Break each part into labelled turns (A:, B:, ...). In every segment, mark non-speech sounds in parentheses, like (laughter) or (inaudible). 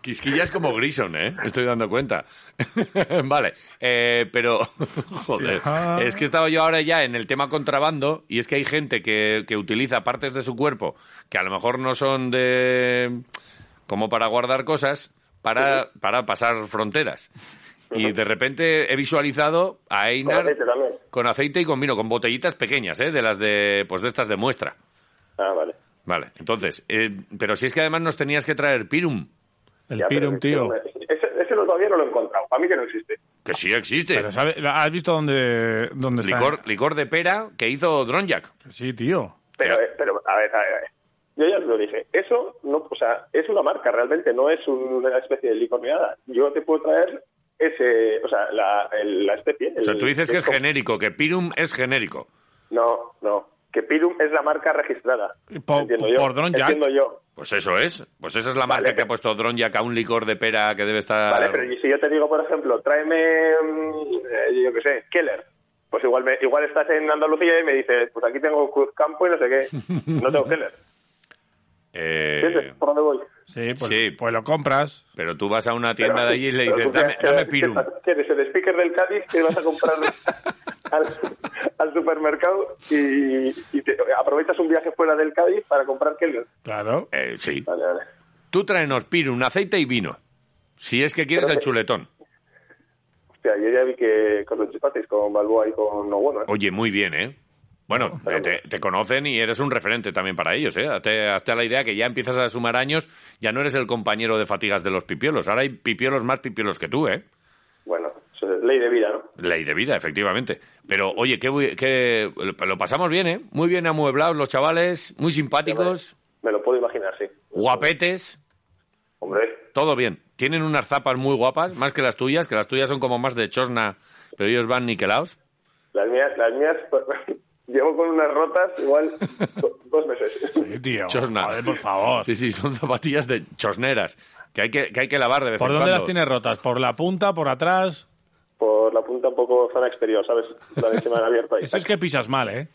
A: Quisquillas como Grison, ¿eh? Estoy dando cuenta. (laughs) vale, eh, pero... (laughs) Joder,
B: Ajá.
A: es que estaba yo ahora ya en el tema contrabando y es que hay gente que, que utiliza partes de su cuerpo que a lo mejor no son de... como para guardar cosas, para, para pasar fronteras. Y de repente he visualizado a
C: (laughs) Con
A: Einar
C: aceite también.
A: con aceite y con vino, con botellitas pequeñas, ¿eh? De las de... pues de estas de muestra.
C: Ah, vale.
A: Vale, entonces, eh, pero si es que además nos tenías que traer pirum,
B: El
C: Ya, pero
B: Pirum,
C: es que no
B: tío.
C: me- Ese, ese no todavía no lo he encontrado. A mí que no existe.
A: que sí existe.
B: Pero ¿sabes? ¿Has visto dónde, dónde está?
A: Licor, licor de pera que hizo Dronjak.
B: Sí, tío.
C: Pero, eh, pero a, ver, a ver, a ver. Yo ya os lo dije. Eso no, o sea, es una marca realmente, no es un- una especie de licor ni nada. Yo te puedo traer ese, o sea, la, el- la especie.
A: O sea,
C: el-
A: tú dices que es
C: como-
A: genérico, que Pirum es genérico.
C: No, no. Que Pirum es la marca registrada.
B: Por-
C: entiendo yo.
B: por Drone Jack.
C: Entiendo yo.
A: Pues eso es. Pues esa es la
C: Vale,
A: marca que
C: pero-
A: ha puesto Dronjak a un licor de pera que debe estar...
C: Vale, pero si yo te digo, por ejemplo, tráeme, mm, eh, yo qué sé, Keller. Pues igual me- igual estás en Andalucía y me dices, pues aquí tengo Cruzcampo y no sé qué. No tengo Keller.
A: (laughs) Eh,
C: ¿Entiendes? ¿Por dónde voy?
B: Sí, pues,
A: Sí.
B: pues lo compras.
A: pero tú vas a una tienda
C: Pero-
A: de allí y le
C: pero
A: dices,
C: tú
A: dame,
C: qué-
A: dame
C: qué-
A: Pirum.
C: qué- Tienes el speaker del Cádiz que vas a comprar (laughs) al, al supermercado y, y te- aprovechas un viaje fuera del Cádiz para comprar Keller.
B: Claro.
A: Eh, sí.
C: Vale, vale.
A: Tú tráenos Pirum, aceite y vino. Si es que quieres
C: Pero
A: el
C: que-
A: chuletón.
C: Hostia, yo ya vi que con los chipatis, con Balboa y con Noguono, ¿eh?
A: Oye, muy bien, ¿eh? Bueno, eh, te, te conocen y eres un referente también para ellos, ¿eh? Hazte, hazte a la idea que ya empiezas a sumar años, ya no eres el compañero de fatigas de los pipiolos. Ahora hay pipiolos más pipiolos que tú, ¿eh?
C: Bueno, eso es ley de vida, ¿no?
A: Ley de vida, efectivamente. Pero, oye, qué, bu- qué- lo pasamos bien, ¿eh? Muy bien amueblados los chavales, muy simpáticos,
C: Me lo puedo imaginar, sí.
A: guapetes,
C: Hombre,
A: todo bien. Tienen unas zapas muy guapas, más que las tuyas, que las tuyas son como más de chosna, pero ellos van niquelados.
C: las mías, las mías, (laughs) llevo con unas rotas igual do- dos meses. (laughs)
B: Sí, tío.
A: Chosna.
B: Oh, Joder, por favor.
A: Sí, sí, son zapatillas de chosneras, que hay que, que, hay que lavar de vez
B: ¿Por
A: en
B: dónde
A: cuando.
B: las tienes rotas? ¿Por la punta? ¿Por atrás?
C: Por la punta un poco zona exterior, ¿sabes? La de semana abierta ahí.
B: Eso es que pisas mal, ¿eh?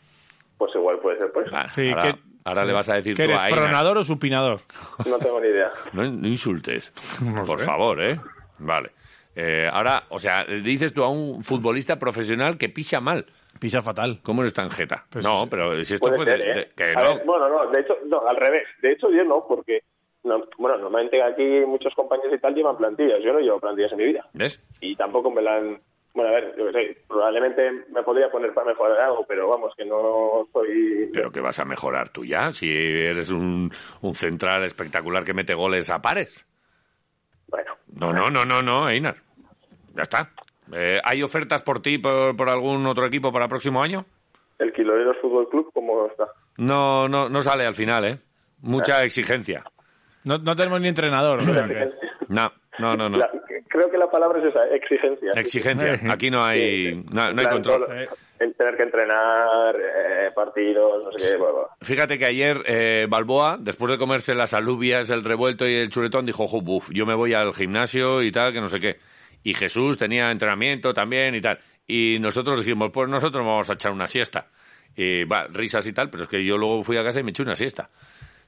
C: Pues igual puede ser, pues.
A: Ah,
B: Sí,
A: ahora
B: que-
A: ahora le vas a decir tú
B: ¿Que eres
A: a Aina,
B: pronador o supinador?
C: No tengo ni idea.
A: No, no insultes,
B: No
A: por
B: sé.
A: favor, ¿eh? Vale. Eh, ahora, o sea, le dices tú a un futbolista profesional que pisa mal.
B: Pisa fatal.
A: ¿Cómo eres tan jeta?
B: Pues
A: no, pero si esto
C: Puede
A: fue...
C: ser,
A: de-
C: ¿eh?
A: de- que
C: A
A: no.
C: ver, bueno, no, de hecho, no, al revés. De hecho, yo no, porque, no- bueno, normalmente aquí muchos compañeros y tal llevan plantillas. Yo no llevo plantillas en mi vida.
A: ¿Ves?
C: y tampoco me la han... Bueno, a ver, yo qué sé, probablemente me podría poner para mejorar algo, pero vamos, que no soy...
A: Pero que vas a mejorar tú ya, si eres un, un central espectacular que mete goles a pares.
C: Bueno,
A: No, no, no, no, no, Einar. Ya está. Eh, ¿Hay ofertas por ti, por, por algún otro equipo para próximo año?
C: el Quiloleros Fútbol Club, ¿cómo está?
A: No, no, no sale al final, ¿eh? Mucha exigencia.
B: No, no tenemos ni entrenador. o sea que-
A: No, no, no, no.
C: La- creo que la palabra es esa, exigencia.
A: Exigencia. Aquí no hay,
C: Sí, sí.
A: no, no hay
C: Claro,
A: control.
C: todo lo- el tener que entrenar, eh, partidos, no sé qué, bueno,
A: Fíjate que ayer eh, Balboa, después de comerse las alubias, el revuelto y el chuletón, dijo, "Jo, buf, yo me voy al gimnasio y tal, que no sé qué. Y Jesús tenía entrenamiento también y tal. Y nosotros dijimos, pues nosotros vamos a echar una siesta. Y va, risas y tal, pero es que yo luego fui a casa y me eché una siesta.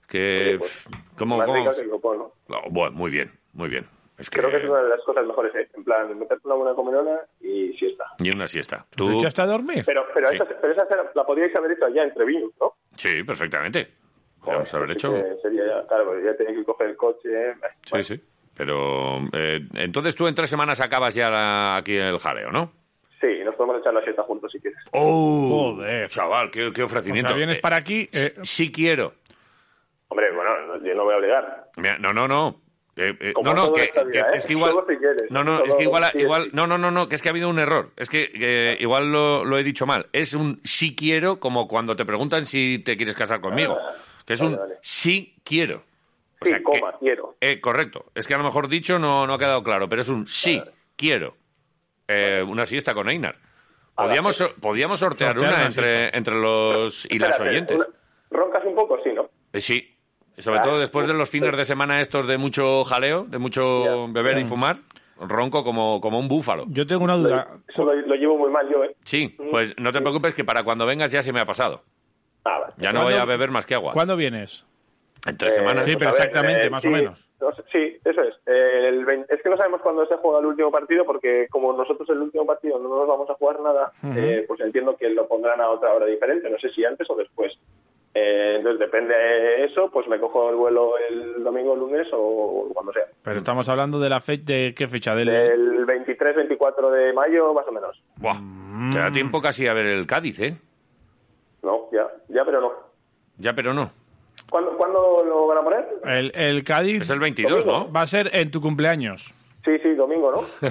A: Que,
C: Oye, pues,
A: pff, ¿cómo,
C: más
A: cómo?
C: rica que el copón, ¿no?
A: Oh, bueno, muy bien, muy bien. Es que,
C: Creo que es una de las cosas mejores, ¿eh? En plan, meterte una buena comelona y siesta.
A: Y una siesta.
B: ¿Te
A: Tú,
B: echaste a dormir?
C: Pero, pero,
A: Sí.
C: esa, pero esa cena la podríais haber hecho allá en Treviño, ¿no?
A: sí, perfectamente. Vamos a haber
C: Así
A: hecho...
C: pues que Sería ya, claro, porque ya tenía que coger el coche. eh,
A: Sí,
C: bueno.
A: sí. Pero eh, entonces tú en tres semanas acabas ya la- aquí el jaleo, ¿no?
C: Sí, nos podemos echar la siesta juntos si quieres.
A: ¡Oh!
B: Joder.
A: Chaval, qué, qué
B: O
A: ofrecimiento.
B: sea, vienes
A: Eh,
B: para aquí... eh,
A: s- Sí quiero.
C: Hombre, bueno, no- yo no voy a obligar.
A: Mira, no, no, no. Eh, eh,
C: Como
A: no, no,
C: todo en
A: que,
C: esta vida,
A: que-
C: ¿eh?
A: es que igual...
C: Solo si quieres,
A: no, no,
C: solo
A: es que igual,
C: si-
A: igual... No, no, no, no, que es que ha habido un error. Es que eh, igual lo, lo he dicho mal. Es un sí quiero como cuando te preguntan si te quieres casar conmigo. Que es
C: Ah, vale,
A: un
C: vale.
A: sí quiero. O
C: Sí,
A: sea, que-
C: coma, quiero.
A: Eh, correcto. Es que a lo mejor dicho no, no ha quedado claro, pero es un sí, quiero. Eh, Una siesta con Einar. Podíamos, so- podíamos sortear,
B: Sortear
A: una
B: una
A: entre, entre los y las
C: Espérate,
A: oyentes.
C: una- ¿Roncas un poco? Sí, ¿no?
A: Eh, sí. Sobre
C: Ah,
A: todo después de los
C: sí.
A: fines de semana estos de mucho jaleo, de mucho
C: Ya.
A: beber y fumar, ronco como, como un búfalo.
B: Yo tengo una
C: Lo,
B: duda.
C: eso lo, lo llevo muy mal yo, ¿eh?
A: Sí, pues no te preocupes que para cuando vengas ya se me ha pasado.
C: Ah, vale.
A: Ya no
B: ¿Cuándo-
A: voy a beber más que agua.
B: ¿Cuándo vienes?
A: En tres
C: Eh,
A: semanas.
C: pues
B: Sí, pero
C: a ver,
B: exactamente, más o
C: sí,
B: menos.
C: no sé, sí, eso es. Eh, el vein- es que no sabemos cuándo se juega el último partido porque como nosotros el último partido no nos vamos a jugar nada, eh, pues entiendo que lo pondrán a otra hora diferente, no sé si antes o después. Eh, entonces depende de eso, pues me cojo el vuelo el domingo, lunes o cuando sea.
B: Pero estamos hablando de la fecha... ¿De qué fecha? Del...
C: El 23-24 de mayo, más o menos.
A: Buah, te da tiempo casi a ver el Cádiz, ¿eh?
C: No, ya, ya, pero no.
A: Ya, pero no.
C: ¿Cuándo, cuándo lo van a poner?
B: El, el Cádiz
A: Es el 22, ¿no?
B: va a ser en tu cumpleaños.
C: Sí, sí, domingo, ¿no?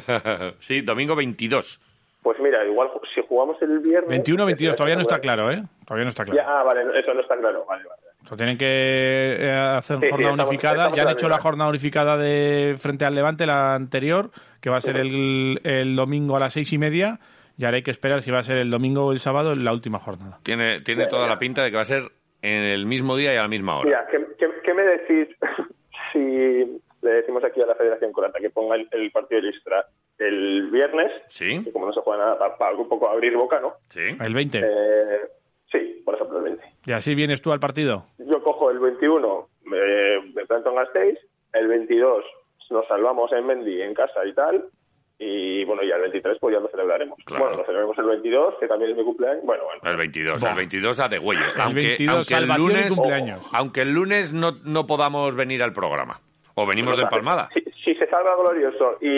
A: (laughs) sí, domingo 22.
C: Pues mira, igual ju- si jugamos el viernes...
B: 21 22, todavía no está
C: espectacular.
B: claro, ¿eh? Todavía no está claro.
C: Ya, ah, vale, eso no está claro. Vale, vale.
B: O sea, tienen que eh, hacer
C: Sí, sí,
B: jornada
C: estamos-
B: unificada.
C: estamos
B: ya han
C: en la
B: hecho la
C: misma.
B: jornada unificada de frente al Levante, la anterior, que va a ser el, el domingo a las seis y media. Y ahora hay que esperar si va a ser el domingo o el sábado la última jornada.
A: Tiene, tiene
C: Mira,
A: toda
C: mira.
A: la pinta de que va a ser en el mismo día y a la misma hora.
C: Mira, ¿qué, qué, qué me decís (laughs) si le decimos aquí a la Federación Croata que ponga el, el partido de Listra el viernes?
A: Sí.
C: Que como no se juega nada, para, un poco abrir boca, ¿no?
A: Sí.
B: El 20.
C: Eh, sí, por ejemplo, el 20.
B: Y así vienes tú al partido.
C: Yo cojo el 21, eh, me planto en Gasteiz, el 22 nos salvamos en Mendy en casa y tal, y bueno, ya el 23 pues ya lo celebraremos.
A: Claro.
C: Bueno, lo celebraremos el 22, que también es mi cumpleaños, bueno, bueno.
A: El 22,
B: Buah.
A: el 22 a de huello.
B: El
A: aunque,
B: 22,
A: aunque el
B: salvación y
A: lunes,
B: cumpleaños.
A: aunque el lunes no, no podamos venir al programa. O venimos de
C: Pero,
A: empalmada.
C: Si, si se salva glorioso y,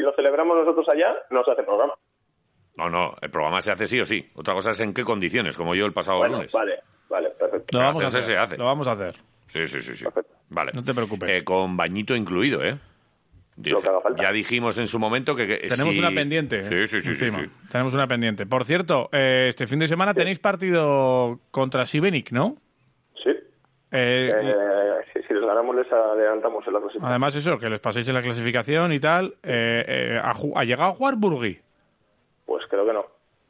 C: y lo celebramos nosotros allá, no se hace programa.
A: No, no, el programa se hace sí o sí. Otra cosa es en qué condiciones, como yo el pasado
C: Bueno,
A: lunes.
C: vale, vale, perfecto.
B: Lo
A: Se
B: vamos a
A: hace,
B: hacer.
A: se hace.
B: Lo vamos a hacer.
A: Sí, sí, sí, sí.
C: Perfecto.
A: Vale.
B: No te preocupes.
A: Eh, con bañito incluido, ¿eh?
C: Lo que haga falta.
A: Ya dijimos en su momento que... que
B: Tenemos
A: si-
B: una pendiente.
A: Eh, Sí,
B: eh,
A: sí, sí. sí,
B: encima.
A: sí.
B: Tenemos una pendiente. Por cierto, eh, este fin de semana tenéis partido contra Sibenik, ¿no?
C: Sí.
B: Eh,
C: Eh, si, si les ganamos, les adelantamos en la clasificación.
B: Además, eso, que les paséis en la clasificación y tal. eh, eh, ha, ju- ha llegado a jugar Burgui.
C: Pues creo que no.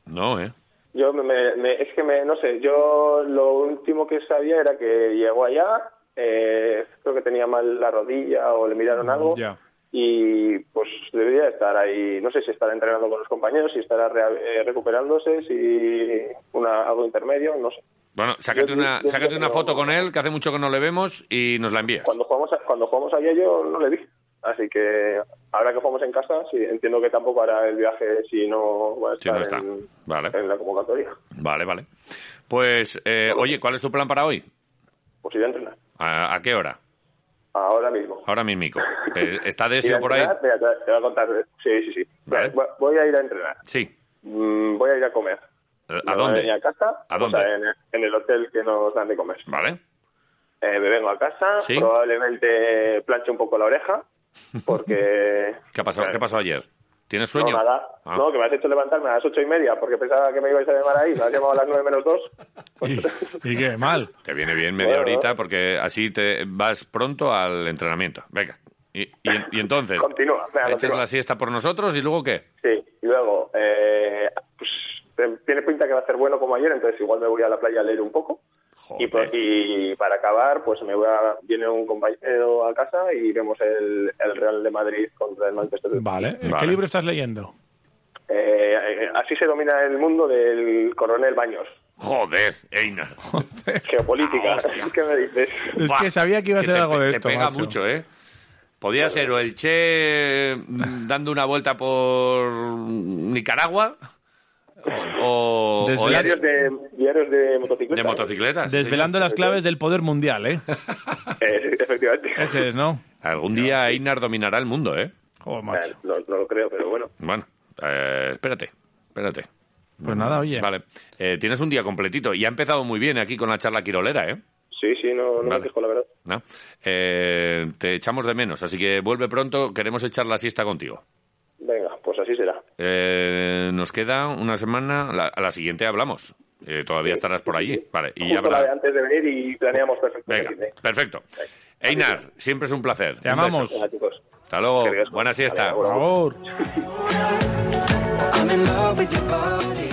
A: No, ¿eh?
C: Yo me, me- me- es que me, no sé, yo lo último que sabía era que llegó allá, eh, creo que tenía mal la rodilla o le miraron algo.
B: Mm, Ya.
C: Y pues debería estar ahí, no sé si estará entrenando con los compañeros, si estará rea- eh, recuperándose, si una, algo intermedio, no sé.
A: Bueno, sácate
C: Yo-
A: una,
C: yo- yo
A: sácate una
C: creo-
A: foto con él, que hace mucho que no le vemos, y nos la envías.
C: Cuando jugamos, a- cuando jugamos allá yo no le vi, así que ahora que jugamos en casa, sí, entiendo que tampoco hará el viaje si no va a
A: Si no
C: estar
A: está.
C: en,
A: Vale.
C: en la convocatoria.
A: Vale, vale. Pues, eh, oye, ¿cuál es tu plan para hoy?
C: Pues iré a entrenar,
A: ¿A, a qué hora?
C: ahora mismo.
A: Ahora mismo. ¿Está
C: Ir a
A: Desio Ah, por ahí?
C: entrenar, mira, te, te voy a contar. Sí, sí, sí.
A: Vale.
C: Voy- Voy a ir a entrenar.
A: Sí.
C: Mm, voy a ir a comer.
A: Eh,
C: Me
A: ¿A
C: voy venir
A: dónde?
C: a casa.
A: ¿A
C: o
A: dónde?
C: sea, en, el- en el hotel que nos dan de comer.
A: Vale.
C: Eh, me vengo a casa.
A: Sí.
C: Probablemente planche un poco la oreja.
A: (laughs)
C: Porque.
A: ¿Qué ha pasado,
C: Eh,
A: ¿Qué pasó ayer? ¿Tienes
C: No,
A: sueño?
C: nada.
A: Ah,
C: No, que me has hecho levantarme a las ocho y media porque pensaba que me ibais a llamar ahí. Me has llamado a las nueve menos dos.
B: Y, y qué mal.
A: Te viene bien media
C: Bueno.
A: horita porque así te vas pronto al entrenamiento. Venga. Y, y- y entonces,
C: Continúa. venga,
A: echas
C: continúa.
A: la siesta por nosotros y luego qué?
C: Sí, y luego, eh, pues, eh, tiene pinta que va a ser bueno como ayer, entonces igual me voy a la playa a leer un poco. Y, por-
A: Joder.
C: y para acabar, pues me voy a, viene un compañero a casa y vemos el, el Real de Madrid contra el Manchester United.
B: Vale. ¿Qué
A: Vale.
B: libro estás
A: (laughs)
B: leyendo?
C: Eh, eh, así se domina el mundo del coronel Baños.
A: Joder, Einar.
C: Geopolítica.
A: Ah, hostia.
C: (laughs) ¿Qué me dices?
B: Es
A: Buah,
B: que sabía que iba a
A: es
B: ser
A: te-
B: algo de
A: te
B: esto,
A: pega
B: macho.
A: mucho, ¿eh? Podía ser o el Che mm, dando una vuelta por Nicaragua o,
B: Desde
A: o
B: la-
A: ese-
C: Diarios de, diarios de motocicleta.
A: de motocicletas.
B: Desvelando las claves del poder mundial, ¿eh?
C: Eh, efectivamente.
B: Ese es, ¿no?
A: Algún día Einar dominará el mundo, ¿eh?
B: Joder,
C: Eh,
B: macho.
C: No, no lo creo, pero bueno.
A: Bueno, eh, espérate, espérate.
B: Pues nada, oye.
A: Vale, Eh, tienes un día completito y ha empezado muy bien aquí con la charla quirolera, ¿eh?
C: Sí, sí, no, no
A: Vale.
C: me quejo, la verdad.
A: ¿No? Eh, te echamos de menos, así que vuelve pronto, queremos echar la siesta contigo.
C: Venga, pues así será.
A: Eh, nos queda una semana. La- a la siguiente hablamos. Eh, todavía estarás por allí. Vale, y ya
C: Justo la de
A: habrá.
C: antes pues ¿eh? de venir y planeamos perfectamente.
A: Venga, perfecto. Einar, siempre es un placer.
B: Te
A: Un beso.
B: amamos.
C: Venga, chicos.
A: Hasta luego.
C: Qué riesgo.
A: Buena siesta.
C: Vale,
B: Por favor.
D: I'm in love with your body.